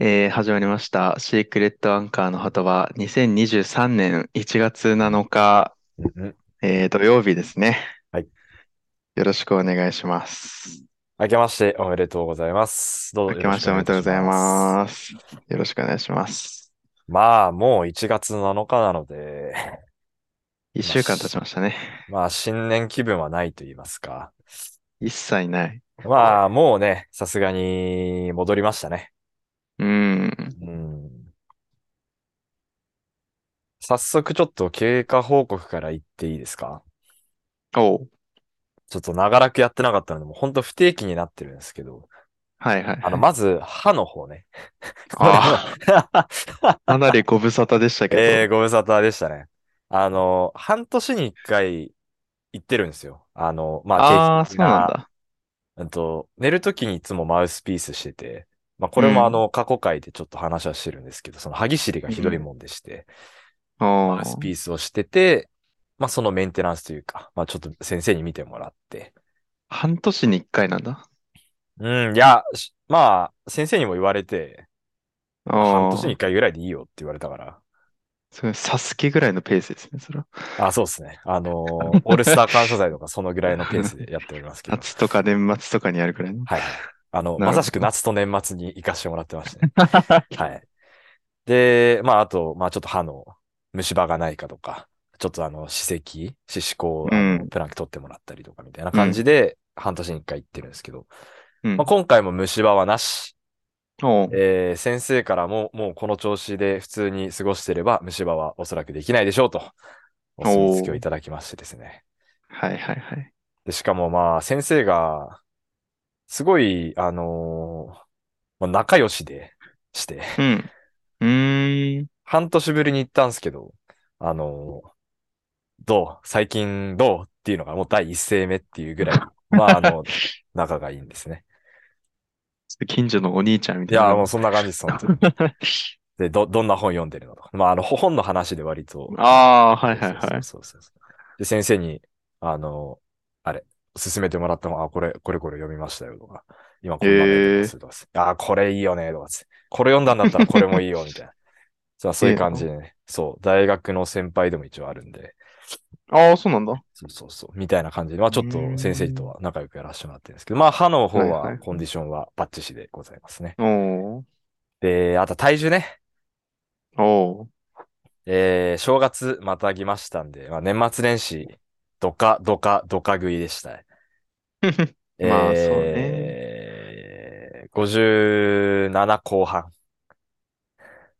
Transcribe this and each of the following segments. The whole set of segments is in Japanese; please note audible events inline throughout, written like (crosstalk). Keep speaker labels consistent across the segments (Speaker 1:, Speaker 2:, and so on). Speaker 1: えー始まりました。シークレットアンカーの鳩は2023年1月7日、
Speaker 2: うんうん。
Speaker 1: えー土曜日ですね。
Speaker 2: はい。
Speaker 1: よろしくお願いします。
Speaker 2: 明けましておめでとうございます。どうぞ
Speaker 1: 明
Speaker 2: よ
Speaker 1: け
Speaker 2: ろ
Speaker 1: ま
Speaker 2: し
Speaker 1: し
Speaker 2: く
Speaker 1: て
Speaker 2: お
Speaker 1: お
Speaker 2: 願
Speaker 1: め
Speaker 2: いい
Speaker 1: でとうご
Speaker 2: たし
Speaker 1: ざい
Speaker 2: ます。
Speaker 1: ます。よろしくお願いします。
Speaker 2: まあ、もう1月7日なので、 (laughs)
Speaker 1: 1
Speaker 2: まあ、
Speaker 1: 週間経ち
Speaker 2: し
Speaker 1: ましたね。
Speaker 2: まあ、新年気分はないと言いますか。
Speaker 1: 一切ない。
Speaker 2: まあ、もうね、さすがに戻りましたね。
Speaker 1: うん。
Speaker 2: うん。早速ちょっと経過報告から言っていいですか
Speaker 1: おう。
Speaker 2: ちょっと長らくやってなかったので、もうほんと不定期になってるんですけど、
Speaker 1: はいはい
Speaker 2: あの、
Speaker 1: はい。
Speaker 2: まず、歯の方ね。これは
Speaker 1: ああ、かなりご無沙汰でしたけ
Speaker 2: ええ
Speaker 1: ど。
Speaker 2: ご無沙汰でしたね。あの、半年に一回行ってるんですよ。あの、まあ、定期
Speaker 1: ああ、
Speaker 2: 的
Speaker 1: そうなん
Speaker 2: な、
Speaker 1: だ。
Speaker 2: うんと、寝るときにいつもマウスピースしてて、まあ、こ
Speaker 1: う
Speaker 2: れもあ
Speaker 1: ん。
Speaker 2: の、過去回でちょっと話はしてるんですけど、その歯ぎしりが
Speaker 1: う
Speaker 2: ひどい
Speaker 1: ん。
Speaker 2: もんでして、マウス
Speaker 1: おう。
Speaker 2: ピースをしてて、まあ、そのメンテナンスというか、まあ、ちょっと先生に見てもらって、
Speaker 1: 半年に1回なんだ。
Speaker 2: うん、いや、しまあ、先生にも言われて、半年
Speaker 1: お
Speaker 2: に一
Speaker 1: う。
Speaker 2: 回ぐらいでいいよって言われたから、
Speaker 1: それ、サスケぐらいのペースですね、それは。
Speaker 2: あ、そうですね。あの、オールスター感謝祭とかそのぐらいのペースでやっておりますけど、
Speaker 1: 夏とか年末とかにやるくらいの。
Speaker 2: はいはい。あの、
Speaker 1: な
Speaker 2: ま
Speaker 1: る
Speaker 2: さ
Speaker 1: ほ
Speaker 2: しく
Speaker 1: ど。
Speaker 2: 夏と年末に行かしてもらってまし
Speaker 1: (laughs)
Speaker 2: たね。はい。で、まあ、あと、まあ、ちょっと歯の虫歯がないかとか、ちょっとあの、歯石、歯歯垢を
Speaker 1: う
Speaker 2: あの、
Speaker 1: ん、
Speaker 2: プランク取ってもらったりとかみたいな
Speaker 1: う
Speaker 2: 感
Speaker 1: ん、
Speaker 2: じで、半年に一回行ってるんですけど、
Speaker 1: う
Speaker 2: まあ、
Speaker 1: ん。
Speaker 2: 今回も虫歯はなし。
Speaker 1: おう、
Speaker 2: えー先生からも、もうこの調子で普通に過ごしてれば虫歯はおそらくできないでしょうと、お墨付きを
Speaker 1: お、
Speaker 2: いうただきましてですね。
Speaker 1: はいはいはい。
Speaker 2: で、しかもまあ、先生が、すごい、あのーまあ、仲良しでして、 (laughs)
Speaker 1: うん、うーん、
Speaker 2: 半年ぶりに行ったんですけど、あのーどう最近どうっていうのがもう第一声目っていうぐらい、まあ、あの、仲がいいんですね。
Speaker 1: 近所のお兄ちゃんみ
Speaker 2: い
Speaker 1: たいな
Speaker 2: や、
Speaker 1: もん
Speaker 2: もう
Speaker 1: だ。
Speaker 2: そんな感じです、本当に。で、ど、どんな本読んでるのとか。まあ、あの、本の話で割と、あの、
Speaker 1: ああ、はい
Speaker 2: そう
Speaker 1: はい
Speaker 2: そうそ
Speaker 1: は
Speaker 2: う
Speaker 1: い。
Speaker 2: そうそうそう。で、先生に、あの、あれ、勧めてもらったの、あ、これ、これこれ読みましたよとか、今こんなの読んでま
Speaker 1: え
Speaker 2: すとかっつって、あ、これいいよね、とかっつって、これ読んだんだったらこれもいいよ、みた
Speaker 1: (laughs)
Speaker 2: いな。そう、
Speaker 1: ー、
Speaker 2: そうい
Speaker 1: いういな。
Speaker 2: 感じでね、そう、大学の先輩でも一応あるんで、
Speaker 1: ああ、そうなんだ。う
Speaker 2: そうそうそう、みたいな感じで、まあ
Speaker 1: ー
Speaker 2: ちょっと先生と
Speaker 1: ん、
Speaker 2: は仲良くやらせてもらってるんですけど、まあ歯の
Speaker 1: は
Speaker 2: 方
Speaker 1: いは
Speaker 2: はいコンディションはバッチシでございますね。
Speaker 1: おう、
Speaker 2: で、あと体重ね。
Speaker 1: おう、
Speaker 2: えー、正月またぎましたんで、まあ、年末年始、ドカドカドカ食いでした。
Speaker 1: (laughs) まあそうね。
Speaker 2: えー、57後半、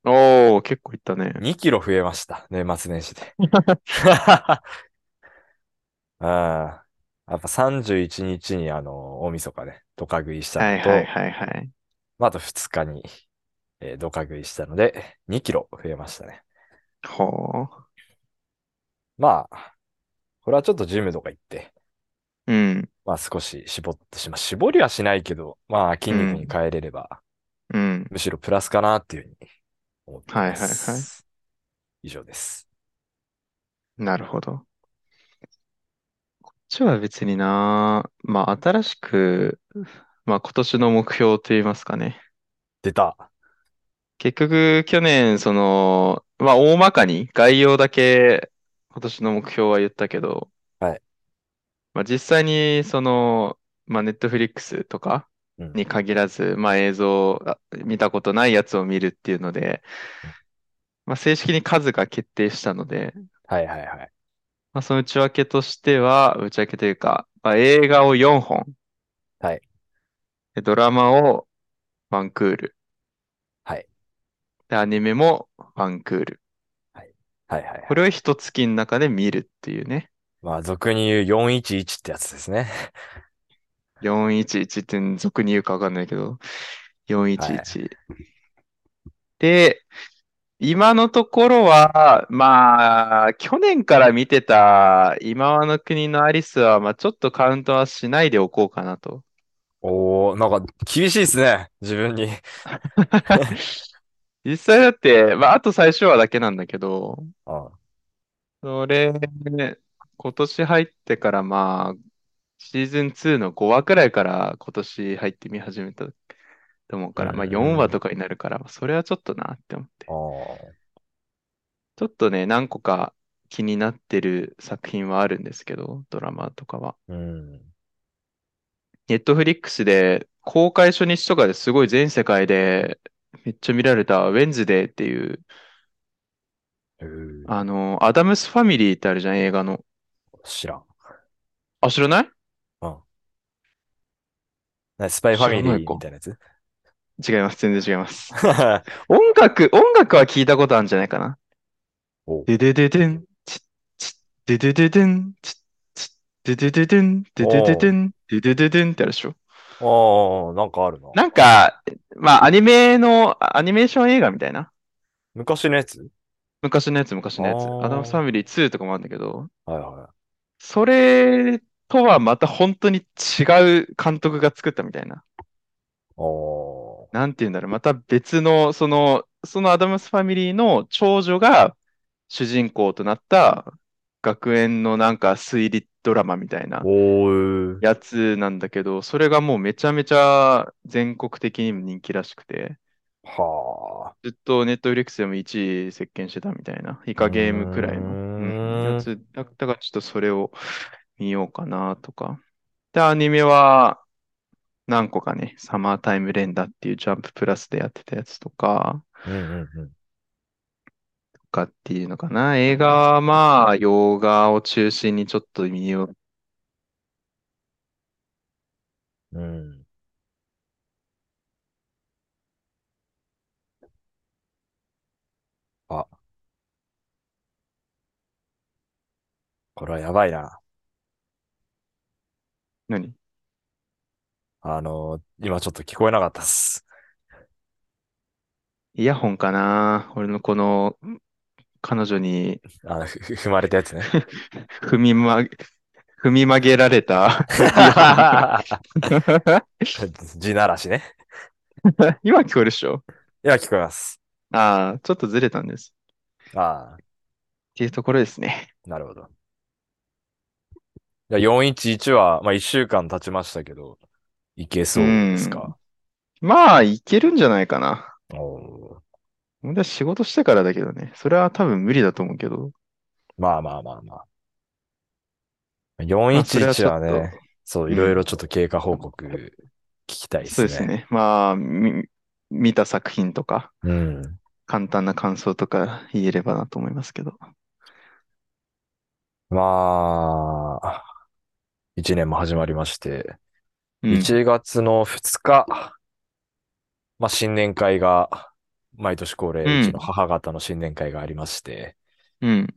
Speaker 1: おう、結構いったね。
Speaker 2: 2キロ増えました、年末年
Speaker 1: (laughs)
Speaker 2: 始で。うん。やっぱ31日にあの、大晦日ね、ドカ食いした
Speaker 1: はい
Speaker 2: の
Speaker 1: はい
Speaker 2: と、
Speaker 1: はいはい。
Speaker 2: まあ、あと2日に、えー、ドカ食いしたので、2キロ増えましたね。
Speaker 1: ほ
Speaker 2: まあ、これはちょっとジムとか行って、
Speaker 1: う、うん、
Speaker 2: まあ少し絞ってしまう。絞りはしないけど、まあ筋
Speaker 1: う
Speaker 2: 肉に
Speaker 1: ん、
Speaker 2: 変えれれば、
Speaker 1: うん。
Speaker 2: むしろプラスかなっていうふうに思っており
Speaker 1: はい
Speaker 2: ま
Speaker 1: はいはい。
Speaker 2: す。以上です。
Speaker 1: なるほど。こっちは別にな、まあ新しく、まあ今年の目標といいますかね。
Speaker 2: 出た。
Speaker 1: 結局去年、その、まあ大まかに概要だけ今年の目標は言ったけど、
Speaker 2: はい。
Speaker 1: まあ実際にその、まあネットフリックスとか
Speaker 2: うん。
Speaker 1: に限らず、まあ映像、あ見たことないやつを見るっていうので、まあ正式に数が決定したので、
Speaker 2: はいはいはい。
Speaker 1: まあその内訳としては、内訳というか、まあ映画を4本、
Speaker 2: はい。
Speaker 1: でドラマをワンクール。
Speaker 2: はい。
Speaker 1: で、アニメもワンクール。
Speaker 2: はい。はいはいは
Speaker 1: これを
Speaker 2: い。
Speaker 1: 一月の中で見るっていうね。
Speaker 2: まあ俗に言う411ってやつですね。
Speaker 1: 411って俗に言うかわかんないけど、
Speaker 2: はい。
Speaker 1: 411。で、今のところは、まあ、去年から見てた今の国のアリスは、まあ、ちょっとカウントはしないでおこうかなと。
Speaker 2: おー、なんか厳しいですね。自
Speaker 1: (laughs)
Speaker 2: 分に。
Speaker 1: 実際だって、まあ、あと最初はだけなんだけど、
Speaker 2: あ
Speaker 1: それ、今年入ってからまあ、シーズン2の5話くらいから今年入って見始めた。と思うから、
Speaker 2: うん
Speaker 1: まあ
Speaker 2: うん
Speaker 1: 4話とかになるから、それはちょっとなって思って。
Speaker 2: ああ。
Speaker 1: ちょっとね、何個か気になってる作品はあるんですけど、ドラマとかは。
Speaker 2: うん。
Speaker 1: ネットフリックスで公開初日とかですごい全世界でめっちゃ見られたウェンズデーっていう、
Speaker 2: へー
Speaker 1: あの、アダムスファミリーってあるじゃん、映画の。
Speaker 2: 知らん。
Speaker 1: あ、知らない
Speaker 2: なスパイファミリ
Speaker 1: 知ら
Speaker 2: ー
Speaker 1: ないか
Speaker 2: みたいなやつ (laughs)
Speaker 1: 違います、全然違います。音楽、音楽は聞いたことあるんじゃないかな。
Speaker 2: お
Speaker 1: ででででん、ちっちっ、ででででん、ちっちっ、ででででん、ででででん、ででででんってあるでしょ。
Speaker 2: ああ、なんかあるな。
Speaker 1: なんか、まあ、アニメの、アニメーション映画みたいな。
Speaker 2: 昔のやつ
Speaker 1: 昔のやつ、昔のやつ。
Speaker 2: あー
Speaker 1: アダムスファミリー2とかもあるんだけど、
Speaker 2: はいは
Speaker 1: それとはまた本当に違う監督が作ったみたいな。
Speaker 2: い。お
Speaker 1: なんて言うんだろう。また別の、その、そのアダムスファミリーの長女が主人公となった学園のなんか推理ドラマみたいな
Speaker 2: ー。おー。
Speaker 1: やつなんだけど、それがもうめちゃめちゃ全国的にも人気らしくて。
Speaker 2: は
Speaker 1: ずっとネットフリックスでも1位席巻してたみたいな、イカゲームくらいの、
Speaker 2: うーん
Speaker 1: うんやつだったから、ちょっとそれを見ようかなとか。で、アニメは何個かね、サマータイム連打っていうジャンププラスでやってたやつとか、
Speaker 2: あ。うんうんうん。
Speaker 1: とかっていうのかな。映画はまあ、洋画を中心にちょっと見よう。
Speaker 2: うん。あ。これはやばいな。
Speaker 1: 何
Speaker 2: あのー今ちょっと聞こえなかったっす。
Speaker 1: イヤホンかな。俺のこの、彼女に
Speaker 2: あの、ふふ踏まれたやつね。 (laughs)
Speaker 1: 踏みま、踏み曲げられ (laughs) た。
Speaker 2: 地ならしね。
Speaker 1: 今聞こえるでしょ
Speaker 2: いや、聞こえます。
Speaker 1: ああ、ちょっとずれたんです。
Speaker 2: あ
Speaker 1: っていうところですね。 (laughs)
Speaker 2: あ、なるほど。いや、411は、まあ、1週間経ちましたけど、いけそうですか。
Speaker 1: まあ、いけるんじゃないかな。
Speaker 2: おー
Speaker 1: 俺は仕事してからだけどね。それは多分無理だと思うけど。
Speaker 2: まあまあまあまあ。
Speaker 1: まあそれは
Speaker 2: 411
Speaker 1: ちょ
Speaker 2: は
Speaker 1: っと
Speaker 2: ね、そうう、
Speaker 1: ん
Speaker 2: いろいろちょっと経過報告聞きたいで
Speaker 1: そうです
Speaker 2: すね。
Speaker 1: ね。まあ、み見た作品とか、
Speaker 2: うん。
Speaker 1: 簡単な感想とか言えればなと思いますけど。
Speaker 2: まあ、1年も始まりまして、
Speaker 1: うん。
Speaker 2: 1月の2日、まあ、新年会が、毎年恒例、うちの母方の新年会がありまして、
Speaker 1: うん。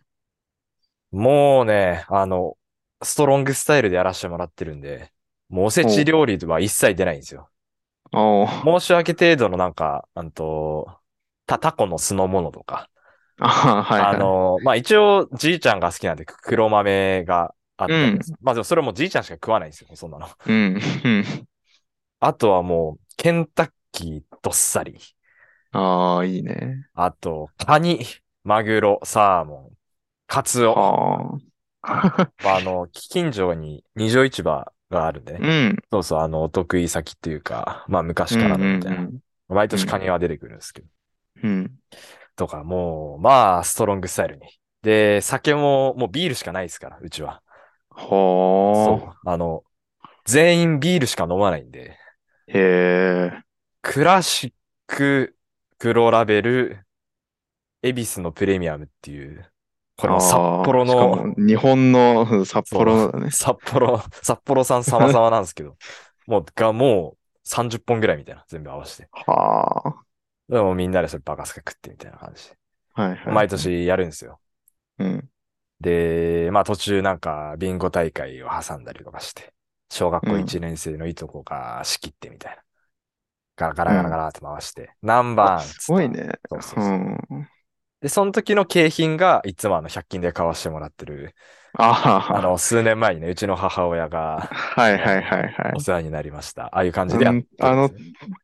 Speaker 2: もうね、あの、ストロングスタイルでやらせてもらってるんで、もうおせ
Speaker 1: おう
Speaker 2: ち料理は一切出ないんですよ。
Speaker 1: おお。
Speaker 2: 申し訳程度のなんか、あんと、た、タコの酢の物とか、
Speaker 1: (laughs) ああ、はいはい。
Speaker 2: あの、まあ、一応、じいちゃんが好きなんで、く黒豆があったんです。まあ、でもそれもじいちゃんしか食わないんですよ、そんなの。
Speaker 1: うん。うん。 (laughs)
Speaker 2: あとはもう、ケンタッキーどっさり。
Speaker 1: ああ、いいね。
Speaker 2: あと、カニ、マグロ、サーモン、カツオ。
Speaker 1: ああ。
Speaker 2: まあ、あの、近所に二条市場があるんでね。
Speaker 1: うん。
Speaker 2: そうそう、あの、お得意先っていうか、まあ、昔からのみたいな。
Speaker 1: うん
Speaker 2: 毎年カニは出てくるんですけど。
Speaker 1: うんうん。
Speaker 2: とか、もう、まあ、ストロングスタイルに。で、酒も、もうビールしかないですから、うちは。
Speaker 1: ほー。
Speaker 2: そう。あの、全員ビールしか飲まないんで、
Speaker 1: へえ。
Speaker 2: クラシック、黒ラベル、エビスのプレミアムっていう、これも札幌
Speaker 1: あー
Speaker 2: の
Speaker 1: しか、も日本のうん札幌のだね。
Speaker 2: 札幌、札幌さん様々なんですけど、もう、がもう30本ぐらいみたいな、全部合わせて。
Speaker 1: は
Speaker 2: でもみんなでそれバカスカ食ってみたいな感じで。
Speaker 1: あ。はいはい。
Speaker 2: 毎。年やるんですよ。
Speaker 1: うん。
Speaker 2: で、まあ途中なんかビンゴ大会を挟んだりとかして、小学校
Speaker 1: うん
Speaker 2: 1年生のいとこが仕切ってみたいな。ガラガラガラガラって回して、何番
Speaker 1: あすごい。ね。
Speaker 2: そうそう
Speaker 1: う。
Speaker 2: そうんで、その時の景品がいつもあの100均で買わしてもらってる、
Speaker 1: あ
Speaker 2: あの数年前にね、うちの母親が
Speaker 1: はいはいはいは
Speaker 2: お
Speaker 1: い。
Speaker 2: 世話になりました。ああいう感じでやってるんですよ
Speaker 1: うんあの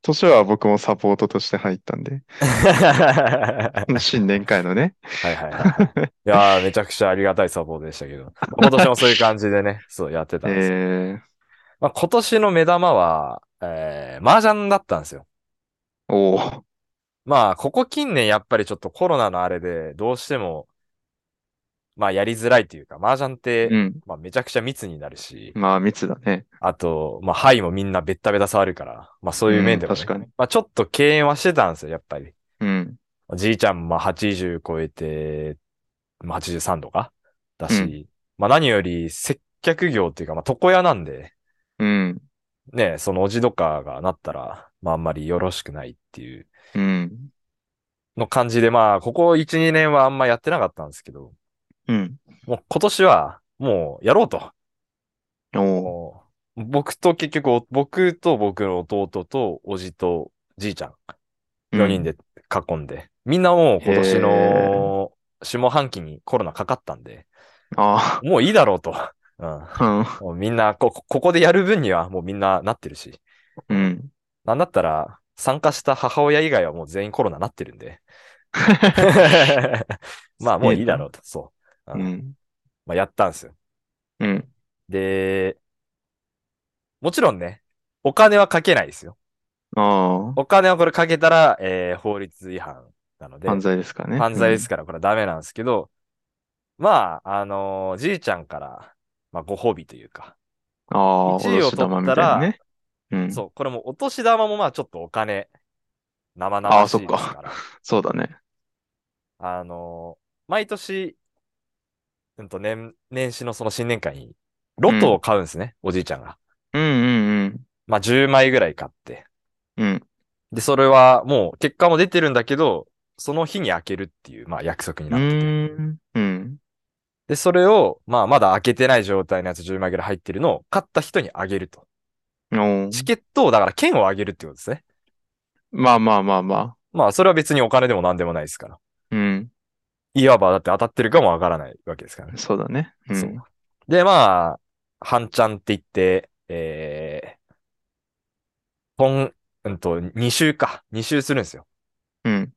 Speaker 1: 年は僕もサポートとして入ったんで、
Speaker 2: はい
Speaker 1: 新年会のね。
Speaker 2: はいはいはい。いやーめちゃくちゃありがたいサポートでしたけど、今年もそういう感じでね、そうやってたんですけど
Speaker 1: え
Speaker 2: まあ、今年の目玉は、えー、麻雀だったんですよ。
Speaker 1: おお。
Speaker 2: まあ、ここ近年やっぱりちょっとコロナのあれで、どうしても、まあやりづらいというか、麻雀って、
Speaker 1: うん。
Speaker 2: まあめちゃくちゃ密になるし、
Speaker 1: まあ、密だね。
Speaker 2: あと、まあ牌もみんなベッタベタ触るから、まあそういう面でも、ね
Speaker 1: ん確かに。
Speaker 2: まあちょっと敬遠はしてたんですよ、やっぱり。
Speaker 1: うん。
Speaker 2: じいちゃんも80超えて、まあ83とかだし、
Speaker 1: うん
Speaker 2: まあ何より接客業っていうか、まあ床屋なんで、
Speaker 1: うん。
Speaker 2: ね、そのおじとかがなったら、まああんまりよろしくないっていう
Speaker 1: うん。
Speaker 2: の感じで、まあここ1、2年はあんまやってなかったんですけど、
Speaker 1: うん。
Speaker 2: もう今年はもうやろうと。
Speaker 1: おお。
Speaker 2: もう僕と結局お、僕と僕の弟とおじとじいちゃん4人で囲んで、みんなもう今年の下半期にコロナかかったんで、
Speaker 1: あ
Speaker 2: もういいだろうと。うん。
Speaker 1: あ。
Speaker 2: もうみんなこ、ここでやる分にはもうみんななってるし、
Speaker 1: うん。うん。
Speaker 2: なんだったら参加した母親以外はもう全員コロナなってる
Speaker 1: (laughs)
Speaker 2: んで。まあもういいだろうと、そう。
Speaker 1: う
Speaker 2: うん
Speaker 1: ん。
Speaker 2: まあやったんですよ。
Speaker 1: うん。
Speaker 2: で、もちろんね、お金はかけないですよ。
Speaker 1: あ
Speaker 2: お金はこれかけたら、えー法律違反なの
Speaker 1: あ。
Speaker 2: で、
Speaker 1: 犯罪ですかね。
Speaker 2: 犯罪ですからこれはダメなんですけど、まあ、あのーじいちゃんから、まあ、ご褒美というか、
Speaker 1: うん。ああ、お
Speaker 2: 1位を
Speaker 1: 年
Speaker 2: 取
Speaker 1: 玉
Speaker 2: っ
Speaker 1: み
Speaker 2: た
Speaker 1: たい
Speaker 2: ら
Speaker 1: なね。うん。
Speaker 2: そう、これもお年玉もまあちょっとお金、生々しいです
Speaker 1: あそ
Speaker 2: か
Speaker 1: っ
Speaker 2: ら、
Speaker 1: そうだね。
Speaker 2: あのー毎年、うんと年、年始のその新年会に、ロトを買うんですね、おじいちゃんが。
Speaker 1: うんうん
Speaker 2: まあ10枚ぐらい買って、
Speaker 1: うん。うん。
Speaker 2: で、それはもう結果も出てるんだけど、その日に開けるっていう、まあ約束に
Speaker 1: う
Speaker 2: なってて。
Speaker 1: ーん。うん。
Speaker 2: で、それを、まあまだ開けてない状態のやつ10枚ぐらい入ってるのを、買った人にあげると。
Speaker 1: おー
Speaker 2: チケットを、だから券をあげるってことですね。
Speaker 1: まあまあまあまあ。
Speaker 2: まあそれは別にお金でも何でもないですから。
Speaker 1: うん。
Speaker 2: いわばだって当たってるかもわからないわけですからね。
Speaker 1: そうだね。う。
Speaker 2: そうんで、まあ、半ちゃんって言って、えー、本、うんと、2週か。2週するんですよ。
Speaker 1: うん。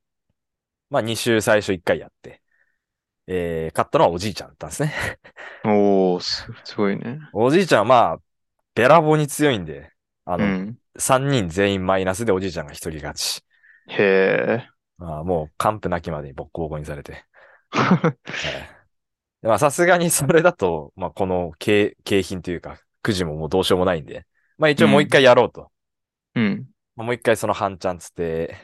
Speaker 2: まあ2週最初1回やって。えー、買ったのはおじいちゃんだったんですね。 (laughs)
Speaker 1: おー、すすごいね。
Speaker 2: おじいちゃんはまあ、べらぼうに強いんで、あ
Speaker 1: う
Speaker 2: の、
Speaker 1: ん。
Speaker 2: 三3人全員マイナスでおじいちゃんが一人勝ち。
Speaker 1: へえ。
Speaker 2: まあ、もう、完膚なきまでにボッコボコにされて。
Speaker 1: (laughs)
Speaker 2: はいでまあ、さすがにそれだと、まあ、この景、景品というか、くじももうどうしようもないんで、まあ一応もう一回やろうと。
Speaker 1: うん。
Speaker 2: まあもう一回その半チャンつって、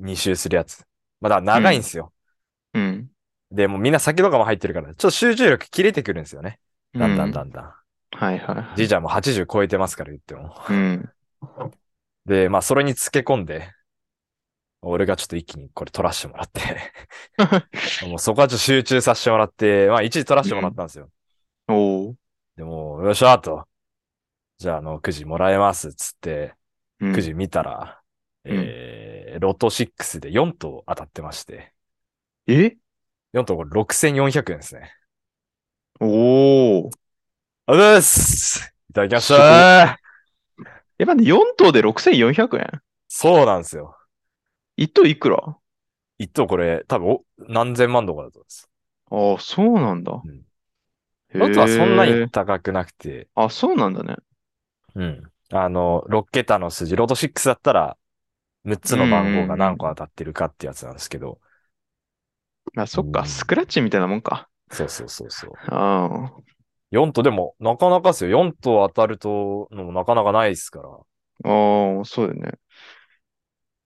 Speaker 2: 2周するやつ。まあ、だから長いんですよ。
Speaker 1: うん。
Speaker 2: で、もうみんな酒とかも入ってるから、ちょっと集中力切れてくるんですよね。だんだんだ
Speaker 1: うん
Speaker 2: だん。
Speaker 1: はいはいは
Speaker 2: じい
Speaker 1: い。
Speaker 2: ちゃんも80超えてますから言っても。
Speaker 1: うん。
Speaker 2: で、まあ、それにつけ込んで、俺がちょっと一気にこれ取らせても
Speaker 1: (laughs)
Speaker 2: らって、もうそこはちょっと集中させてもらって、まあ、一時取らせてもらったんですよ。
Speaker 1: おー。
Speaker 2: でも、よっしゃーと。じゃあ、あの、くじもらえます、つって、
Speaker 1: うん
Speaker 2: くじ見たら、
Speaker 1: うん
Speaker 2: えー、ロト6で4等当たってまして、
Speaker 1: え
Speaker 2: 4等これ6400円ですね。
Speaker 1: おー。
Speaker 2: ありがとうございますいただきました
Speaker 1: え、待って、4等で6400円
Speaker 2: そうなんですよ。
Speaker 1: ?1 等いくら
Speaker 2: 1等これ、多分お、何千万とかだと思います。
Speaker 1: ああ、そうなんだ
Speaker 2: ん。
Speaker 1: へ
Speaker 2: ロトはそんなに
Speaker 1: え。
Speaker 2: 高くなくて、
Speaker 1: あ、そうなんだね。
Speaker 2: うん。あの、6桁の数字、ロード6だったら、6つの番号が何個当たってるかってやつなんですけど、
Speaker 1: あ、そっ
Speaker 2: う
Speaker 1: か。
Speaker 2: ん
Speaker 1: スクラッチみたいなもんか。
Speaker 2: そうそうそうそう。
Speaker 1: あ
Speaker 2: 4とでも、なかなかですよ。4と当たると、のもなかなかないですから。
Speaker 1: あ。ああ、そうだよね。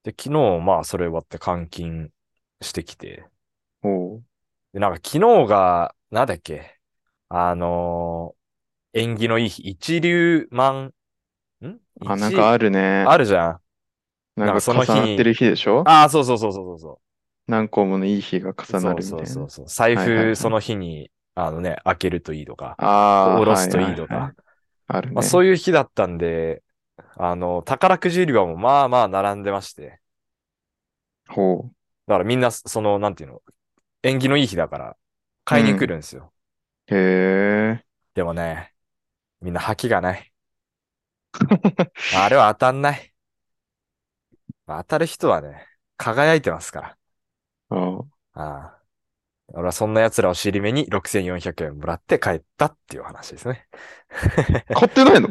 Speaker 2: で、昨日、まあ、それ割って換金してきて、
Speaker 1: おー。
Speaker 2: で、なんか昨日が、なんだっけ、あのー縁起のいい日、一粒万、ん
Speaker 1: あ、
Speaker 2: 一
Speaker 1: なんかあるね。
Speaker 2: あるじゃん。
Speaker 1: なん
Speaker 2: なんか
Speaker 1: か
Speaker 2: その日に
Speaker 1: 重なってる日でしょ
Speaker 2: ああ、そうそうそうそうそうそう。
Speaker 1: 何個ものいい日が重なるみた
Speaker 2: そ
Speaker 1: いうな。
Speaker 2: そうそうそう。財
Speaker 1: はいはいは
Speaker 2: 布
Speaker 1: い
Speaker 2: その日に、あのね、開けるといいとか、
Speaker 1: ああ。
Speaker 2: 下ろすといいと
Speaker 1: ははは
Speaker 2: か、
Speaker 1: あるね。
Speaker 2: まあそういう日だったんで、あの、宝くじ売り場もまあまあ並んでまして、
Speaker 1: ほう。
Speaker 2: だからみんな、その、なんていうの、縁起のいい日だから、買いに来るんですよ。
Speaker 1: へえ。
Speaker 2: でもね、みんな吐きがない。あれは当たんない。まあ当たる人はね、輝いてますから。
Speaker 1: あー
Speaker 2: ああ。俺はそんな奴らを尻目に6400円もらって帰ったっていう話ですね。
Speaker 1: 買ってないの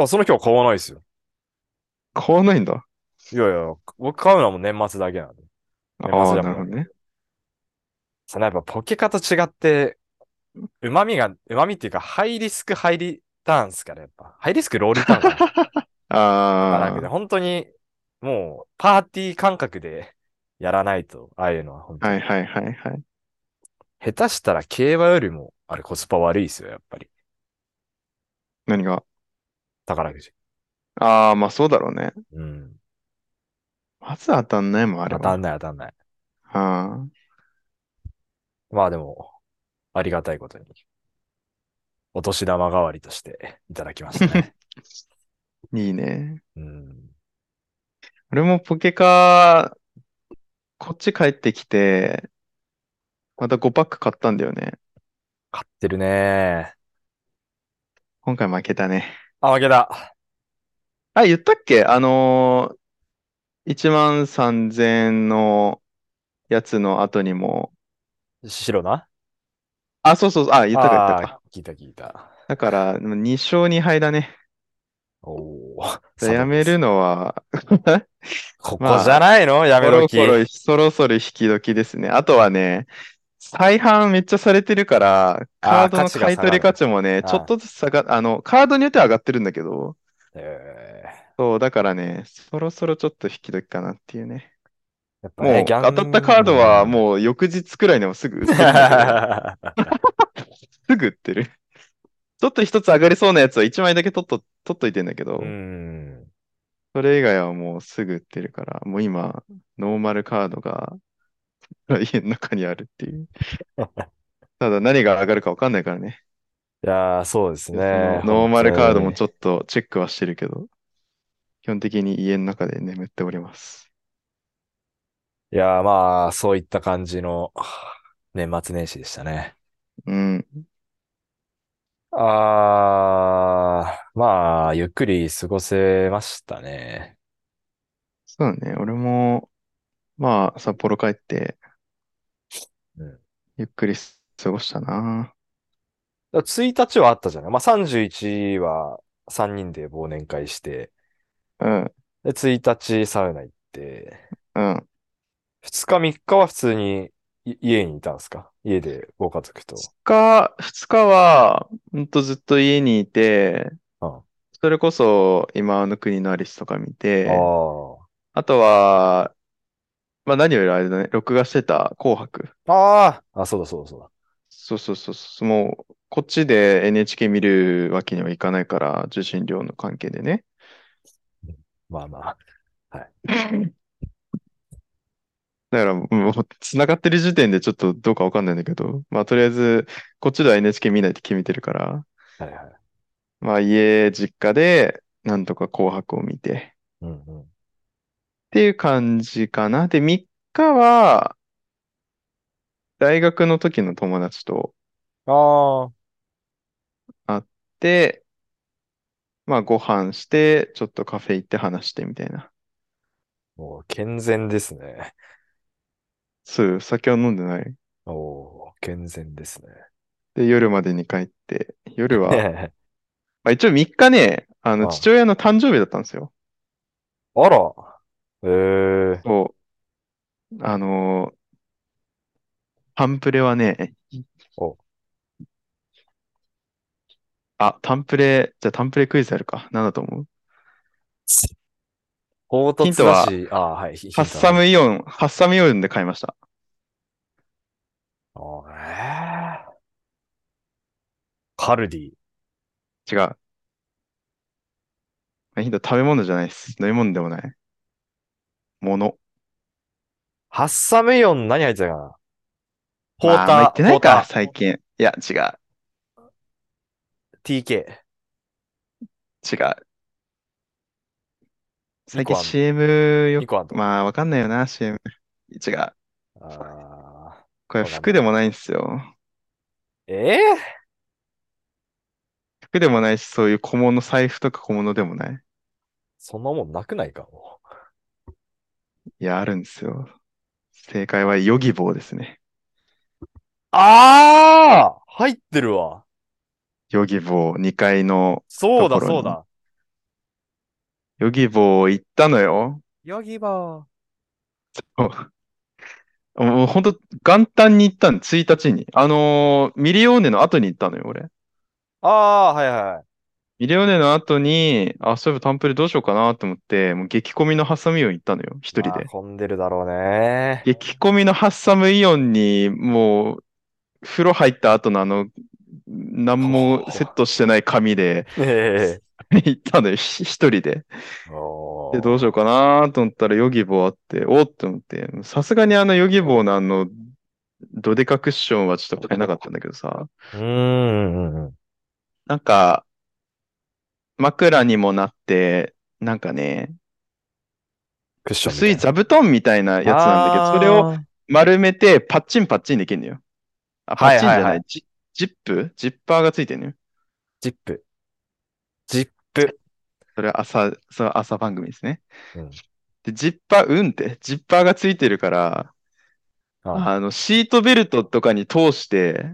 Speaker 2: あ、その日は買わないですよ。
Speaker 1: 買わないんだ。
Speaker 2: いやいや、僕買うのはもう年末だけなんで。
Speaker 1: あ
Speaker 2: 年末
Speaker 1: あ、
Speaker 2: だ
Speaker 1: なるほ
Speaker 2: もん
Speaker 1: どね。
Speaker 2: そのやっぱポケカと違って、旨味が、旨味っていうか、ハイリスク、ハイリターンっすから、やっぱ。ハイリスク、ローリターンかな。まあ
Speaker 1: あ
Speaker 2: なんかね
Speaker 1: あ、
Speaker 2: 本当に、もう、パーティー感覚で (laughs) やらないと、ああいうのは本当に
Speaker 1: はいはいはいはい。
Speaker 2: 下手したら競馬よりも、あれコスパ悪いですよ、やっぱり。
Speaker 1: 何が
Speaker 2: 宝くじ。
Speaker 1: ああ、まあそうだろうね。
Speaker 2: うん。
Speaker 1: まず当たんないもん、あれ
Speaker 2: 当
Speaker 1: は。
Speaker 2: たんない当たんない。
Speaker 1: は
Speaker 2: まあでも、ありがたいことに、お年玉代わりとしていただきました
Speaker 1: (laughs)
Speaker 2: ね。
Speaker 1: あ、いいね。
Speaker 2: うん。
Speaker 1: 俺もポケカ、こっち帰ってきて、また5パック買ったんだよね。
Speaker 2: 買ってるね
Speaker 1: 今回負けたね。
Speaker 2: あ、負けた。
Speaker 1: あ、言ったっけあのー、1万3000円のやつの後にも、
Speaker 2: 白な
Speaker 1: あ、そうそうそう、あ、言ったか言ったか。
Speaker 2: あー聞いた聞いた。
Speaker 1: だから、もう2勝2敗だね。
Speaker 2: おお。
Speaker 1: やめるのは、
Speaker 2: ここじゃないの、や
Speaker 1: そ
Speaker 2: め
Speaker 1: ろ
Speaker 2: ろ
Speaker 1: そ
Speaker 2: き。
Speaker 1: ろ、そろそろ引き時ですね。あとはね、再販めっちゃされてるから、カ
Speaker 2: あー
Speaker 1: ードの
Speaker 2: 価値が
Speaker 1: 買い取り
Speaker 2: 下が
Speaker 1: 価値
Speaker 2: る
Speaker 1: もね、
Speaker 2: あー
Speaker 1: ちょっとずつ下が、あの、カードによっては上がってるんだけど、
Speaker 2: えー
Speaker 1: そう、だからね、そろそろちょっと引き時かなっていうね。
Speaker 2: やっぱ
Speaker 1: も
Speaker 2: ね
Speaker 1: う、
Speaker 2: ギャン
Speaker 1: 当たったカードは
Speaker 2: う
Speaker 1: もう翌日くらいでもすぐ売って
Speaker 2: ん。
Speaker 1: るん
Speaker 2: (laughs)
Speaker 1: だけど、すぐ売ってる。 (laughs) ちょっと一つ上がりそうなやつは1枚だけ取っと、取っといてんだ
Speaker 2: (laughs)
Speaker 1: けど、
Speaker 2: うん。
Speaker 1: それ以外はもうすぐ売ってるから、もう今、ノーマルカードが家の中にあるって
Speaker 2: (laughs)
Speaker 1: いう。ただ何が上がるか分かんないからね。
Speaker 2: いやー、そうです
Speaker 1: その
Speaker 2: ね。
Speaker 1: ノーマルカードも
Speaker 2: ょ
Speaker 1: ちょっとチェックはしてるけど、基本的に家の中で眠っております。
Speaker 2: いやー、まあ、そういった感じの年末年始でしたね。
Speaker 1: うん。
Speaker 2: あー、まあ、ゆっくり過ごせましたね。
Speaker 1: そうだね。俺も、まあ、札幌帰って
Speaker 2: うん、
Speaker 1: ゆっくり過ごしたな。
Speaker 2: 1日はあったじゃない。まあ、31は3人で忘年会して、
Speaker 1: うん、
Speaker 2: で、1日サウナ行って、
Speaker 1: うん。
Speaker 2: 2日3日は普通にい家にいたんですか家でご家族と。
Speaker 1: 二日、二日は、ほんとずっと家にいて、
Speaker 2: うん
Speaker 1: それこそ、今の国のアリスとか見て、
Speaker 2: あー
Speaker 1: あとは、まあ何よりあれだね、録画してた紅白。
Speaker 2: あーあ、そうだそうだそうだ。
Speaker 1: そうそうそうそう、もう、こっちで NHK 見るわけにはいかないから、受信料の関係で
Speaker 2: (laughs)
Speaker 1: ね。
Speaker 2: まあまあ。
Speaker 1: だから、もう、繋がってる時点でちょっとどうかわかんないんだけど、まあとりあえず、こっちでは NHK 見ないって決めてるから、
Speaker 2: はいはい。
Speaker 1: まあ家、実家で、なんとか紅白を見て、
Speaker 2: うんうん。
Speaker 1: っていう感じかな。で、3日は、大学の時の友達と
Speaker 2: ああ、
Speaker 1: で、まあご飯して、ちょっとカフェ行って話してみたいな。
Speaker 2: もう健全ですね。
Speaker 1: そう、酒は飲んでない。
Speaker 2: おお、健全ですね。
Speaker 1: で、夜までに帰って、夜
Speaker 2: (laughs)
Speaker 1: は、ま
Speaker 2: あ
Speaker 1: あ一応3日ね、あの、
Speaker 2: ああ
Speaker 1: 父親の誕生日だったんですよ。
Speaker 2: ら、ええ
Speaker 1: そう。あのータンプレはね
Speaker 2: お、
Speaker 1: あ、タンプレ、じゃあタンプレクイズやるか。なんだと思う
Speaker 2: 凹凸
Speaker 1: ヒントは
Speaker 2: だし、ああ、はい、ヒン
Speaker 1: ハッ
Speaker 2: ト
Speaker 1: サ
Speaker 2: はね。
Speaker 1: ムイオン、ハッサムイオンで買いました。
Speaker 2: ああええカルディ。
Speaker 1: 違う。まあヒント、食べ物じゃないです。飲み物でもない。もの。
Speaker 2: ハッサムイオン何入ってたかなポ
Speaker 1: ま
Speaker 2: ー
Speaker 1: ああ
Speaker 2: タ
Speaker 1: んま
Speaker 2: ー、
Speaker 1: 言ってない
Speaker 2: ポータ
Speaker 1: か、
Speaker 2: ー、
Speaker 1: 最近。いや、違う。
Speaker 2: TK。
Speaker 1: 違う。最近
Speaker 2: あんの
Speaker 1: CM よ
Speaker 2: 2個あんと。
Speaker 1: まあ、わかんないよな、CM。違う。
Speaker 2: ああ
Speaker 1: これ
Speaker 2: わかんない
Speaker 1: 服でもないんですよ。
Speaker 2: ええ
Speaker 1: 服でもないし、そういう小物、財布とか小物でもない。
Speaker 2: そんなもんなくないかも。
Speaker 1: いや、あるんですよ。正解は、ヨギボーですね。
Speaker 2: ああ入ってるわ。
Speaker 1: ヨギボー、2階の、
Speaker 2: そうだ、
Speaker 1: ところに
Speaker 2: そうだ。
Speaker 1: ヨギボー行ったのよ。
Speaker 2: ヨギボ
Speaker 1: もうほんと、元旦に行ったの、1日に。あのーミリオーネの後に行ったのよ、俺。
Speaker 2: ー。ああー、はいはいはい。
Speaker 1: ミリオーネの後に、あ、そういえばタンプレどうしようかなと思って、もう激混みのハッサムイオン行ったのよ、一人
Speaker 2: まあ
Speaker 1: で。
Speaker 2: 混んでるだろうね。
Speaker 1: 激混みのハッサムイオンに、もう、風呂入った後のあの、何もセットしてない紙で (laughs)
Speaker 2: え
Speaker 1: 行ったのよ、ひ一人で。
Speaker 2: えお
Speaker 1: で、どうし
Speaker 2: よ
Speaker 1: ようかなと思ったら、ヨギボーあって、おっと思って、さすがにあのヨギボーのあの、どでかクッションはちょっと買えなかったんだけどさ、
Speaker 2: う。うーんうんうん。
Speaker 1: なんか、枕にもなって、なんかね、
Speaker 2: クッションみた
Speaker 1: 薄い座布団みたいなやつなんだけど、それを
Speaker 2: あー
Speaker 1: 丸めて、パッチンパッチンできるのよ。あ、パッチンじゃ
Speaker 2: はい
Speaker 1: な
Speaker 2: はいはい
Speaker 1: い、ジジップジッパーがついてるのよ。
Speaker 2: ジップ。ジッ
Speaker 1: それは朝、その朝番組ですね。
Speaker 2: うん
Speaker 1: で、ジッパー、うんって、ジッパーがついてるから、
Speaker 2: あ
Speaker 1: あの、シートベルトとかに通して、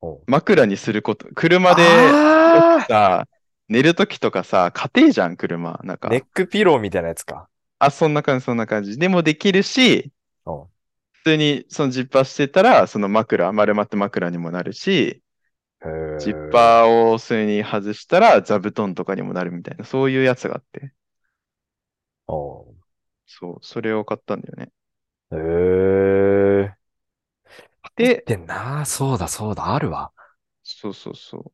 Speaker 2: おう
Speaker 1: 枕にすること、車で、
Speaker 2: あー
Speaker 1: さ、寝るときとかさ、家庭じゃん、車。なんか
Speaker 2: ネ、ックピローみたいなやつか。
Speaker 1: あ、そんな感じ、そんな感じ。でもできるし、
Speaker 2: おう
Speaker 1: 普通にそのジッパーしてたら、その枕、丸まって枕にもなるし、
Speaker 2: へー
Speaker 1: ジッパーを普通に外したら座布団とかにもなるみたいな、そういうやつがあって。
Speaker 2: おう
Speaker 1: そう、それを買ったんだよね。
Speaker 2: へー
Speaker 1: で、
Speaker 2: でんな、そうだそうだ、あるわ。
Speaker 1: そうそうそう。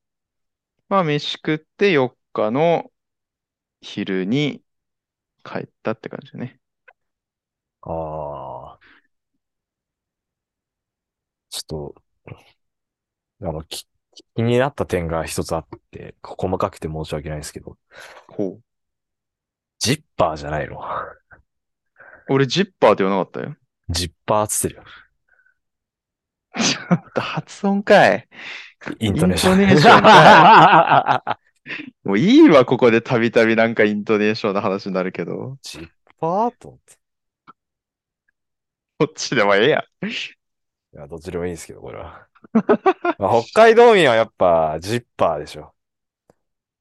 Speaker 1: まあ、飯食って4日の昼に帰ったって感じだね。
Speaker 2: ああ。ちょっと、あの、き気になった点が一つあって、細かくて申し訳ないんですけど、
Speaker 1: ほう。
Speaker 2: ジッパーじゃないの。
Speaker 1: 俺、ジッパーって言わなかったよ。
Speaker 2: ジッパーっつってるよ。
Speaker 1: ちょっと発音かい。
Speaker 2: イントネーション。
Speaker 1: イントネーション (laughs) もういいわ、ここでたびたびなんかイントネーションの話になるけど。
Speaker 2: ジッパーと思って。
Speaker 1: こっちでもええやん。
Speaker 2: いや、どっちでもいいんですけど、これは。まあ北海道民はやっぱ、ジッパーでしょ。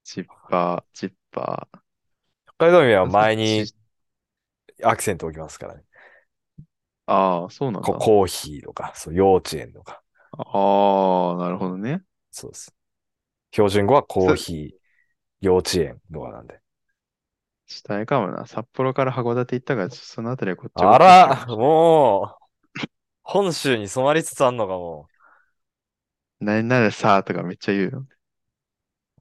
Speaker 1: ジッパー、ジッパー。
Speaker 2: 北海道民は前にアクセント置きますからね。
Speaker 1: ああ、そうなんだ。
Speaker 2: こコーヒーとか、そう幼稚園とか。
Speaker 1: ああ、なるほどね。
Speaker 2: そうです。標準語はコーヒー、幼稚園とかなんで。
Speaker 1: ちょっとあれかもな。札幌から函館行ったから、ちょっとそのあたりはこっち
Speaker 2: あら、もう、本州に染まりつつあんのかも
Speaker 1: 何ならさ、とかめっちゃ言うよ。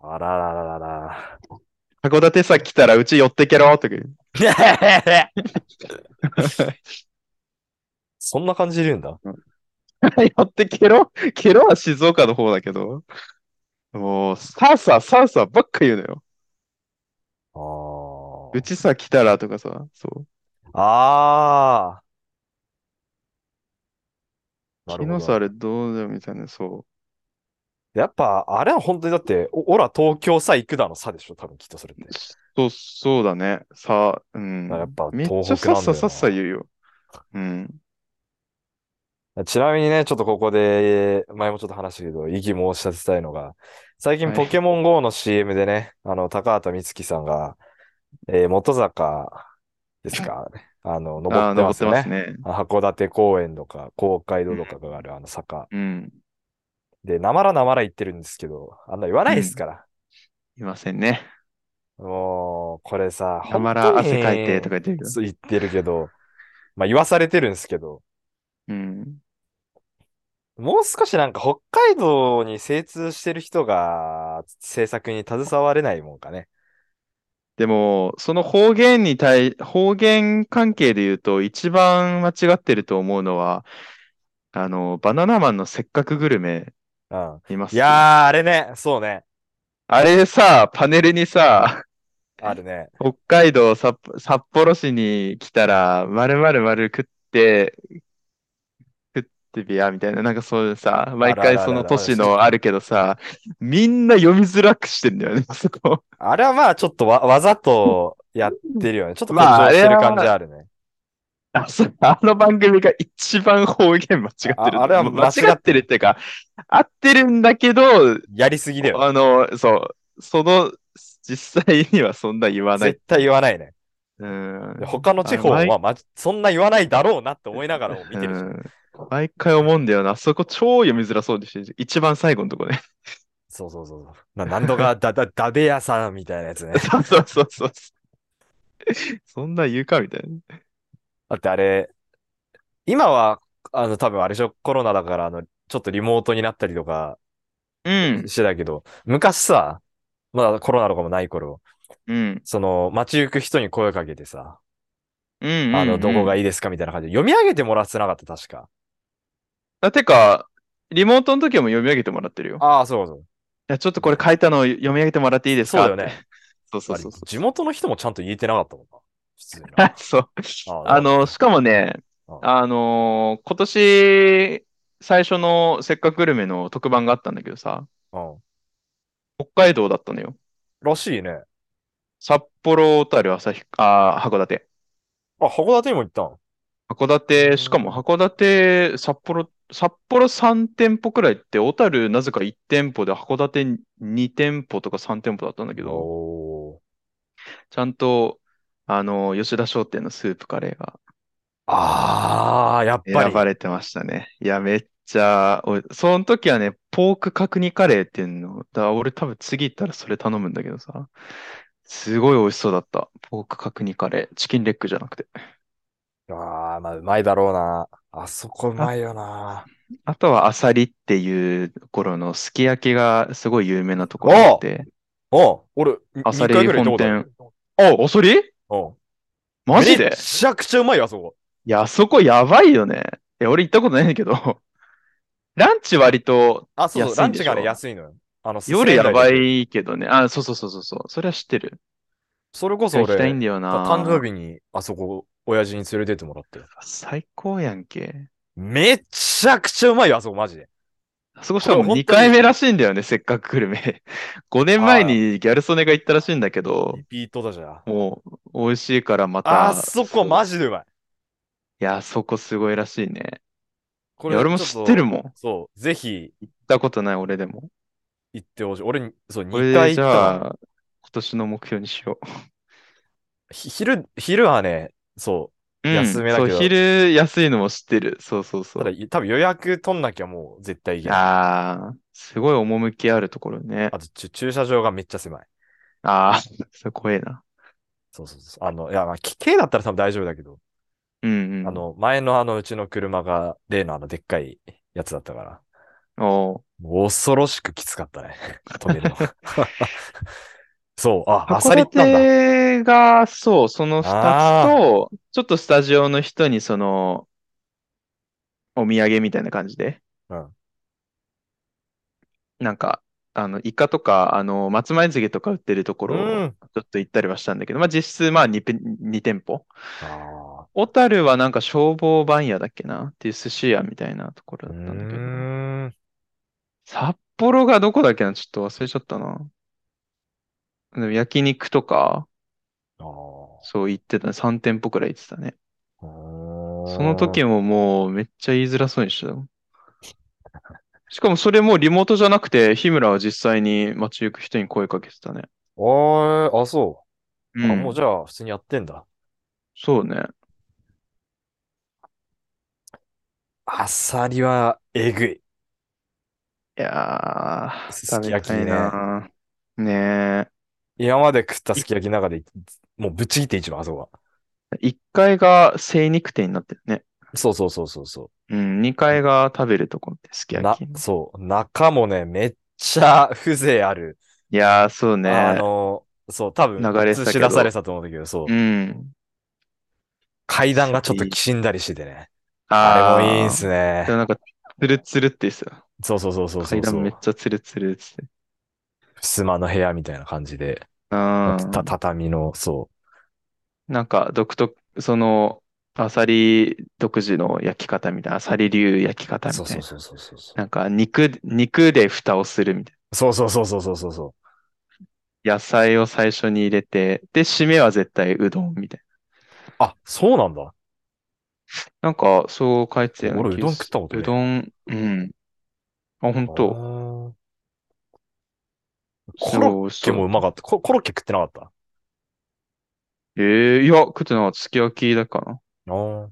Speaker 2: う。あららららら
Speaker 1: 函館さ来たらうち寄ってけ
Speaker 2: (laughs)
Speaker 1: ろとか言う。
Speaker 2: ら。そんな感じで言うんだ。
Speaker 1: 寄ってけろけろは静岡の方だけど。もう、さあさあ、さあさあばっか言うのよ。
Speaker 2: あー
Speaker 1: うちさ来たらとかさ、そう。
Speaker 2: あー。な
Speaker 1: 昨
Speaker 2: る
Speaker 1: 日
Speaker 2: ほど
Speaker 1: さ、あれどうだよみたいな、そう。
Speaker 2: やっぱ、あれは本当にだって、おおら東京さ行くだのさでしょ、多分きっとそれって。
Speaker 1: そう、そうだね。さ、うん。
Speaker 2: あやっぱ
Speaker 1: めっちゃ
Speaker 2: 東北
Speaker 1: さっ
Speaker 2: なんだ
Speaker 1: さ
Speaker 2: よな
Speaker 1: さっさ言うよ。うん。
Speaker 2: ちなみにね、ちょっとここで、前もちょっと話したけど、意義申し立てたいのが、最近
Speaker 1: はい
Speaker 2: ポケモン GO の CM でね、あの、高畑充希さんが、えー元坂ですか、あの、登
Speaker 1: あ
Speaker 2: っ
Speaker 1: あ、
Speaker 2: てますよ
Speaker 1: 登ってます
Speaker 2: ね。
Speaker 1: ね。
Speaker 2: あ函館公園とか、公会堂とかがあるあの坂。
Speaker 1: うん。
Speaker 2: で、なまらなまら言ってるんですけど、あんな言わないですから。
Speaker 1: いませんね。
Speaker 2: もう、これさ、
Speaker 1: たまら
Speaker 2: 本当に
Speaker 1: 汗かいてとか言ってるけど。
Speaker 2: そう言ってるけど、まあ言わされてるんですけど、
Speaker 1: うん。
Speaker 2: もう少しなんか北海道に精通してる人が制作に携われないもんかね。
Speaker 1: でも、その方言に対、方言関係で言うと、一番間違ってると思うのは、あの、バナナマンのせっかくグルメ、
Speaker 2: うん。
Speaker 1: います
Speaker 2: いやー、あれね、そうね、
Speaker 1: あれさ、パネルにさ、
Speaker 2: あるね。
Speaker 1: 北海道札札幌市に来たら、まるまるまる食って、食ってびや、みたいな、なんかそういうさ、毎
Speaker 2: あらら
Speaker 1: 回
Speaker 2: ら
Speaker 1: その
Speaker 2: ら
Speaker 1: 都市のあるけどさ、みんな読みづらくしてんだよね、そこ。
Speaker 2: あれはまあちょっとわわざとやってる
Speaker 1: (laughs)
Speaker 2: よね。ちょっと誇
Speaker 1: まあ
Speaker 2: 張してる
Speaker 1: あれは
Speaker 2: 感じあるね。
Speaker 1: あ、そう、あの番組が一番方言間違ってる。
Speaker 2: ああれは
Speaker 1: もう
Speaker 2: 間
Speaker 1: 間
Speaker 2: 違ってる
Speaker 1: 違ってるっていうか、合ってるんだけど、
Speaker 2: やりすぎだよ。
Speaker 1: あの、そう、その、実際にはそんな言わない。
Speaker 2: 絶対言わないね。
Speaker 1: うん
Speaker 2: で他の地方
Speaker 1: あ毎
Speaker 2: は、まじ、そんな言わないだろうなって思いながらも見てるし、
Speaker 1: うん毎回思うんだよな。あそこ超読みづらそうでして、一番最後のとこ
Speaker 2: (laughs)
Speaker 1: ね。
Speaker 2: そうそうそうそう。な何度
Speaker 1: (laughs)
Speaker 2: かだだ、だべ屋さんみたいなやつね。
Speaker 1: そうそうそうそう。そんな言うかみたいな。
Speaker 2: だってあれ、今は、あの、多分あれでしょ、コロナだから、あの、ちょっとリモートになったりとか
Speaker 1: うん。
Speaker 2: (laughs) してたけど、昔さ、まだコロナとかもない頃、
Speaker 1: うん。
Speaker 2: その、街行く人に声をかけてさ、
Speaker 1: うん。
Speaker 2: あの、どこが
Speaker 1: いい
Speaker 2: いいですかみたいな感じで、読み上げてもらってなかった、確か。
Speaker 1: あてか、リモートの時はもう読み上げてもらってるよ。い
Speaker 2: ああ、そうそう。
Speaker 1: や、ちょっとこれ書いたのを読み上げてもらっていいです
Speaker 2: そう
Speaker 1: か
Speaker 2: だよね。
Speaker 1: そうそうそう
Speaker 2: あ
Speaker 1: そ
Speaker 2: れ地元の人もちゃんと言えてなかったもんな。普通に
Speaker 1: (laughs)
Speaker 2: な。
Speaker 1: う。そう。
Speaker 2: あ
Speaker 1: あの、しかもね、
Speaker 2: うん
Speaker 1: あのー今年、最初のせっかくグルメの特番があったんだけどさ、
Speaker 2: うん。
Speaker 1: 北海道だったのよ。
Speaker 2: らしいね。
Speaker 1: 札幌、小樽、旭、あー、函館。
Speaker 2: あ、函館にも行ったん。
Speaker 1: 函館、しかも函館、札幌、札幌3店舗くらい行って、小樽なぜか1店舗で、函館2店舗とか3店舗だったんだけど、
Speaker 2: おー
Speaker 1: ちゃんと、あの、吉田商店のスープカレーが
Speaker 2: ああ、やっぱ
Speaker 1: 選
Speaker 2: り。
Speaker 1: ばれてましたね。いや、めっちゃ、おいその時はね、ポーク角煮カレーっていうの、だから俺多分次行ったらそれ頼むんだけどさ、すごい美味しそうだった。ポーク角煮カレー、チキンレッグじゃなくて。
Speaker 2: ああ、まあ、うまいだろうな。あそこうまいよな。
Speaker 1: あとはアサリっていう頃のすき焼きがすごい有名なところがあって。
Speaker 2: お俺、
Speaker 1: アサ
Speaker 2: 2
Speaker 1: リ
Speaker 2: 回ぐらい行ったこと
Speaker 1: あ、アサリ
Speaker 2: ある。うん。
Speaker 1: マジで
Speaker 2: めちゃくちゃうまいよ、あそこ。
Speaker 1: いや、あそこやばいよね。いや、俺行ったことないんだけど。 (laughs) ランチ割と
Speaker 2: あ、そうそう、
Speaker 1: 安
Speaker 2: ラ
Speaker 1: い
Speaker 2: ン
Speaker 1: んで
Speaker 2: チ
Speaker 1: しょ
Speaker 2: がね、安いのよ。あの、
Speaker 1: 夜やば
Speaker 2: 1000円台で。
Speaker 1: いけどね。あ、そうそうそうそうそう。それは知ってる。
Speaker 2: それこそ
Speaker 1: 行きたい
Speaker 2: 俺
Speaker 1: ん、だよな。
Speaker 2: 誕生日にあそこ、親父に連れてってもらって。
Speaker 1: 最高やんけ。
Speaker 2: めちゃくちゃうまいよ、あそこ、マジで。
Speaker 1: あそこしか
Speaker 2: これ本当
Speaker 1: も
Speaker 2: に
Speaker 1: 2回目らしいんだよね、せっかくグルメ。5年 (laughs) 前にギャル曽根が行ったらしいんだけど
Speaker 2: リ、ピートだじゃん。
Speaker 1: もう美味しいからまた。
Speaker 2: あそこ、マジでうまい。
Speaker 1: いや、そこすごいらしいね。
Speaker 2: こ
Speaker 1: いや、俺も
Speaker 2: ちょ
Speaker 1: 知
Speaker 2: と
Speaker 1: ってるもん。行っ
Speaker 2: そう、ぜひ
Speaker 1: たことない俺でも。
Speaker 2: 行ってほしい。俺に、そう、
Speaker 1: これ
Speaker 2: 2
Speaker 1: で
Speaker 2: 回
Speaker 1: じ
Speaker 2: 行ったわ
Speaker 1: ゃあ、今年の目標にしよう。
Speaker 2: ひ昼、昼はね、そう、 (laughs)
Speaker 1: うん
Speaker 2: 安めだけど
Speaker 1: そう、昼安いのも知ってる。そうそうそ
Speaker 2: ただ
Speaker 1: う。
Speaker 2: い多分予約取んなきゃもう絶対行けない。
Speaker 1: ああ、すごい趣あるところね
Speaker 2: あ。とちゅ駐車場がめっちゃ狭い。
Speaker 1: ああ、 (laughs) それ怖えな。そうそうそ
Speaker 2: あの、いや、まあ、き軽だったら多分大丈夫だけど、
Speaker 1: う。うんうん。
Speaker 2: あ、の、前のあのうちの車が例のあのでっかいやつだったから、
Speaker 1: おう
Speaker 2: もう恐ろしくきつ
Speaker 1: (laughs)
Speaker 2: かったね。止めるの。 (laughs) そう、あ、ア
Speaker 1: 函
Speaker 2: サリ行ったんだ。
Speaker 1: 館が、そう、その2
Speaker 2: あ
Speaker 1: つと、ちょっとスタジオの人に、その、お土産みたいな感じで。
Speaker 2: うん
Speaker 1: なんか、あの、イカとか、あの、松前漬けとか売ってるとこ
Speaker 2: う
Speaker 1: ろ、
Speaker 2: ん。
Speaker 1: ちょっと行ったりはしたんだけど、まあ実質、まあ 2, 2店舗。
Speaker 2: あ
Speaker 1: 小樽はなんか消防番屋だっけなっていう寿司屋みたいなとこ
Speaker 2: ー
Speaker 1: ろ
Speaker 2: う
Speaker 1: だったんだけど。
Speaker 2: ーん。
Speaker 1: 札幌がどこだっけなちょっと忘れちゃったな。でも焼肉とか、
Speaker 2: あ
Speaker 1: そう行ってたね。3店舗くらい行ってたね。
Speaker 2: そ
Speaker 1: その時ももうめっちゃ言いづらそうにしてたもん。しかもそれもリモートじゃなくて、日村は実際に街行く人に声かけてたね。
Speaker 2: ああ、あ、そうう。あ
Speaker 1: ん
Speaker 2: もうじゃあ普通にやってんだ。
Speaker 1: そうね。
Speaker 2: アサリはえぐい。
Speaker 1: いやー、
Speaker 2: すき焼き
Speaker 1: 食べたいな。ね
Speaker 2: 今まで食ったすき焼きの中で、もうぶっちぎって一番、あそこは。
Speaker 1: え。1階が精肉店になってるね。
Speaker 2: そうそうそうそうそ
Speaker 1: うん、2階が食べるとこってすき
Speaker 2: う。
Speaker 1: 焼
Speaker 2: な
Speaker 1: き。、
Speaker 2: そう。中もね、めっちゃ風情ある。
Speaker 1: いやー、そう
Speaker 2: あ
Speaker 1: ね。
Speaker 2: の、そう、多分、
Speaker 1: 流れてたけど
Speaker 2: 映し出されたと思うんだけど、そう。
Speaker 1: うん。
Speaker 2: 階段がちょっときしんだりしててね。
Speaker 1: あー
Speaker 2: あれもいいんすね
Speaker 1: で。もなんか、ツルツルって言ってたよ。
Speaker 2: そうそうそうそうそ
Speaker 1: 階
Speaker 2: うそ
Speaker 1: 段め
Speaker 2: う
Speaker 1: っ。ちゃツルツルって言って
Speaker 2: 襖の部屋みたいな感じで。
Speaker 1: た。あー
Speaker 2: た畳の、そ
Speaker 1: なんか独特、その、アサリ独自の焼き方みたいな、アサリ流焼き方
Speaker 2: う。
Speaker 1: みた
Speaker 2: そ
Speaker 1: いうな。
Speaker 2: そうそうそうそうそう。
Speaker 1: なんか肉、肉で蓋をするみたい
Speaker 2: そうそうそうそうそうそうそ。
Speaker 1: な。野菜を最初に入れて、で、締めは絶対うどんみたいう
Speaker 2: あ、そうなんだ。
Speaker 1: な。なんか、そう書いてたような
Speaker 2: 俺
Speaker 1: 気
Speaker 2: うどん
Speaker 1: がす
Speaker 2: 食ったことね
Speaker 1: うどん、うん。あ、本当。
Speaker 2: と。
Speaker 1: すご
Speaker 2: コ
Speaker 1: い美
Speaker 2: ロ
Speaker 1: 味しそ
Speaker 2: ッケ
Speaker 1: う
Speaker 2: もうまかった。ココロッケ食ってなかった。
Speaker 1: ええいや、食ってなかった。すき焼きだかな。
Speaker 2: あー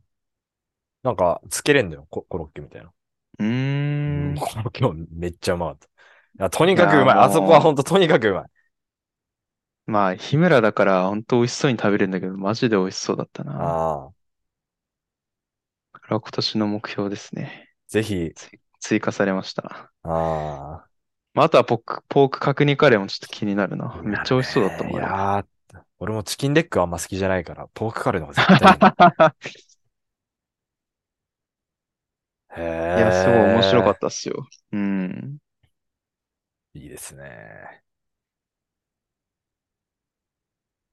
Speaker 2: なんか、つけれんだよ、ココロッケみたいな。
Speaker 1: うーん。
Speaker 2: コロッケもめっちゃうまかった。いやとにかくうまい。
Speaker 1: いやー
Speaker 2: あそこはほんととにかくうまい。
Speaker 1: まあ、日村だから、本当美味しそうに食べれるんだけど、マジで美味しそうだったな。
Speaker 2: ああ。
Speaker 1: これは今年の目標ですね。
Speaker 2: ぜひ、
Speaker 1: 追加されました。
Speaker 2: ああ。
Speaker 1: まあ、あとはポーク、ポーク角煮カレーもちょっと気になるな。めっちゃ美味しそうだったもん、
Speaker 2: い
Speaker 1: あれ
Speaker 2: やー俺もチキンレッグはあんま好きじゃないから、ポークカレーの方が
Speaker 1: (laughs)
Speaker 2: 絶対いい
Speaker 1: いや、すごい面白か
Speaker 2: っ
Speaker 1: ったっすよ。うん。
Speaker 2: た。いいですね。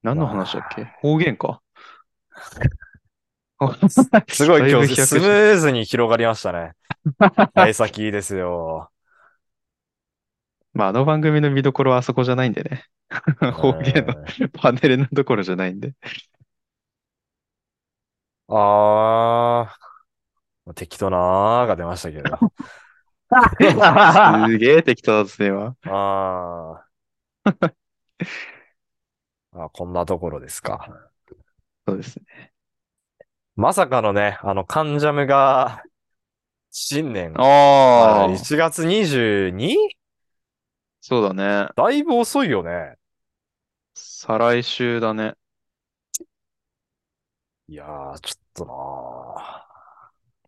Speaker 1: 何の話だっけ方言か。
Speaker 2: すごい
Speaker 1: だ
Speaker 2: 今日
Speaker 1: ぶ飛躍
Speaker 2: スム
Speaker 1: した
Speaker 2: ーズに広がりましたね。
Speaker 1: (laughs)
Speaker 2: 大先ですよ。
Speaker 1: まあ、あの番組の見どころはあそこじゃないんでね。方言
Speaker 2: う
Speaker 1: の
Speaker 2: ん
Speaker 1: パネルのところじゃないんで。
Speaker 2: ああ。適当なーが出ましたけ
Speaker 1: (laughs)
Speaker 2: ど。
Speaker 1: すげえ適当ですね、今。
Speaker 2: あー (laughs) あ。こんなところですか。
Speaker 1: そうですね。
Speaker 2: まさかのね、あの、カンジャムが、新年、
Speaker 1: ああ、
Speaker 2: 1月 22?
Speaker 1: そうだね。
Speaker 2: だいぶ遅いよね。
Speaker 1: 再来週だね。
Speaker 2: いやー、ちょっとな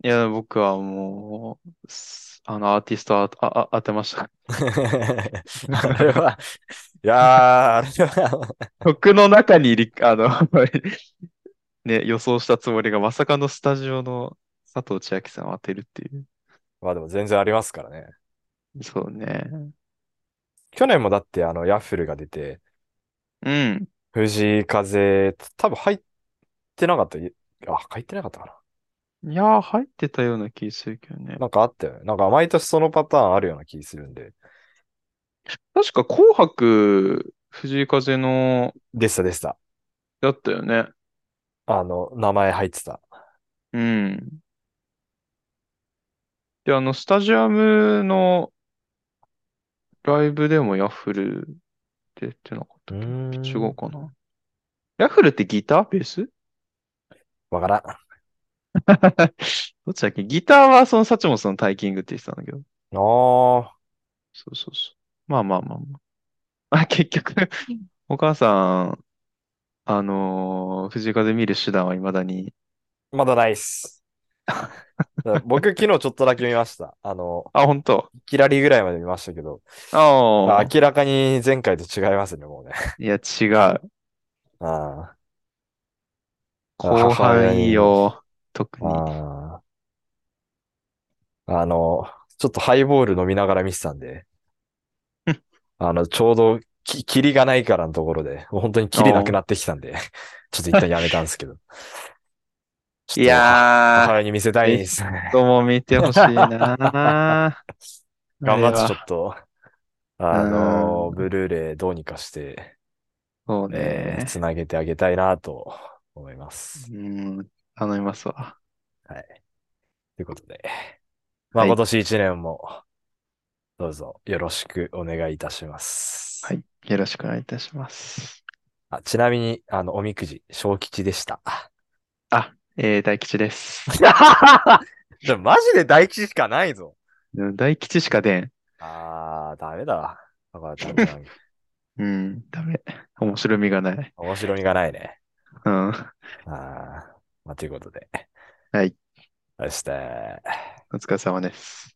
Speaker 2: い
Speaker 1: や、僕はもう、すあの、アーティストあ、あ、あ当てました。
Speaker 2: ー。あれは、いやー、あれは、
Speaker 1: 曲の中にり、 (laughs) あの、ね、予想したつもりが、まさかのスタジオの佐藤千亜妃さんを当てるっていう。
Speaker 2: まあでも全然ありますからね。
Speaker 1: そうね。
Speaker 2: 去年もだって、あの、ヤッフルが出て、
Speaker 1: うん。
Speaker 2: 藤井風、多分入ってなかった。あ、入ってなかったかな。
Speaker 1: いやー、入ってたような気するけどね。
Speaker 2: なんかあったよね。なんか毎年そのパターンあるような気するんで。
Speaker 1: 確か紅白、藤井風の、
Speaker 2: でしたでした。
Speaker 1: だったよね。
Speaker 2: あの、名前入ってた。
Speaker 1: うん。で、あの、スタジアムのライブでもヤッフル出てなかったっけ
Speaker 2: うーん
Speaker 1: 違うかな。ヤッフルってギターベース
Speaker 2: わからん。あ
Speaker 1: どっちだっけギターはそのサチモスのタイキングって言ってたんだけど。
Speaker 2: ー。
Speaker 1: そうそうそう。まあまあまあまあ。あ、結局、お母さん、あのー藤井風見る手段は未だに、
Speaker 2: まだないっ (laughs) す。僕、昨日ちょっとだけ見ました。あの、
Speaker 1: あ、本当。
Speaker 2: キラリぐらいまで見ましたけど、
Speaker 1: ああ、
Speaker 2: 明らかに前回と違いますね、もうね。
Speaker 1: いや、違う。
Speaker 2: あ
Speaker 1: 後半いいよ、特
Speaker 2: ー
Speaker 1: に。
Speaker 2: あー。あの、ちょっとハイボール飲みながら見てたんで
Speaker 1: (laughs) うん、
Speaker 2: あの、ちょうどき、キリがないからのところで、もう本当にキリなくなってきたんで、ちょっと一旦やめたんです
Speaker 1: (laughs)
Speaker 2: けど。
Speaker 1: いや
Speaker 2: 母親に見せたいですね。
Speaker 1: ー、どうも見てほしいな
Speaker 2: (laughs) 頑張って
Speaker 1: あれ
Speaker 2: ちょ
Speaker 1: は
Speaker 2: っと、あの、ブルーレイどうにかして、
Speaker 1: そう
Speaker 2: えー
Speaker 1: ね。
Speaker 2: つなげてあげたいなと思います。
Speaker 1: うん、頼みますわ。
Speaker 2: ということで、まあ
Speaker 1: はい
Speaker 2: 今年一年も、どうぞよろしくお願いいたします。
Speaker 1: はい。よろしくお願いいたします。
Speaker 2: あちなみに、あの、おみくじ、小吉で
Speaker 1: (laughs)
Speaker 2: した。
Speaker 1: えー、大吉です。
Speaker 2: じゃ、マジで大吉しかないぞ。
Speaker 1: うん大吉しか出ん。
Speaker 2: あー、ダメだ。だからダメ
Speaker 1: (laughs)
Speaker 2: だ
Speaker 1: うん、ダメ。面白みがない。
Speaker 2: 面白みがないね。
Speaker 1: うん。
Speaker 2: あー、まあ、ということで。
Speaker 1: はい。
Speaker 2: そして、
Speaker 1: お疲れ様です。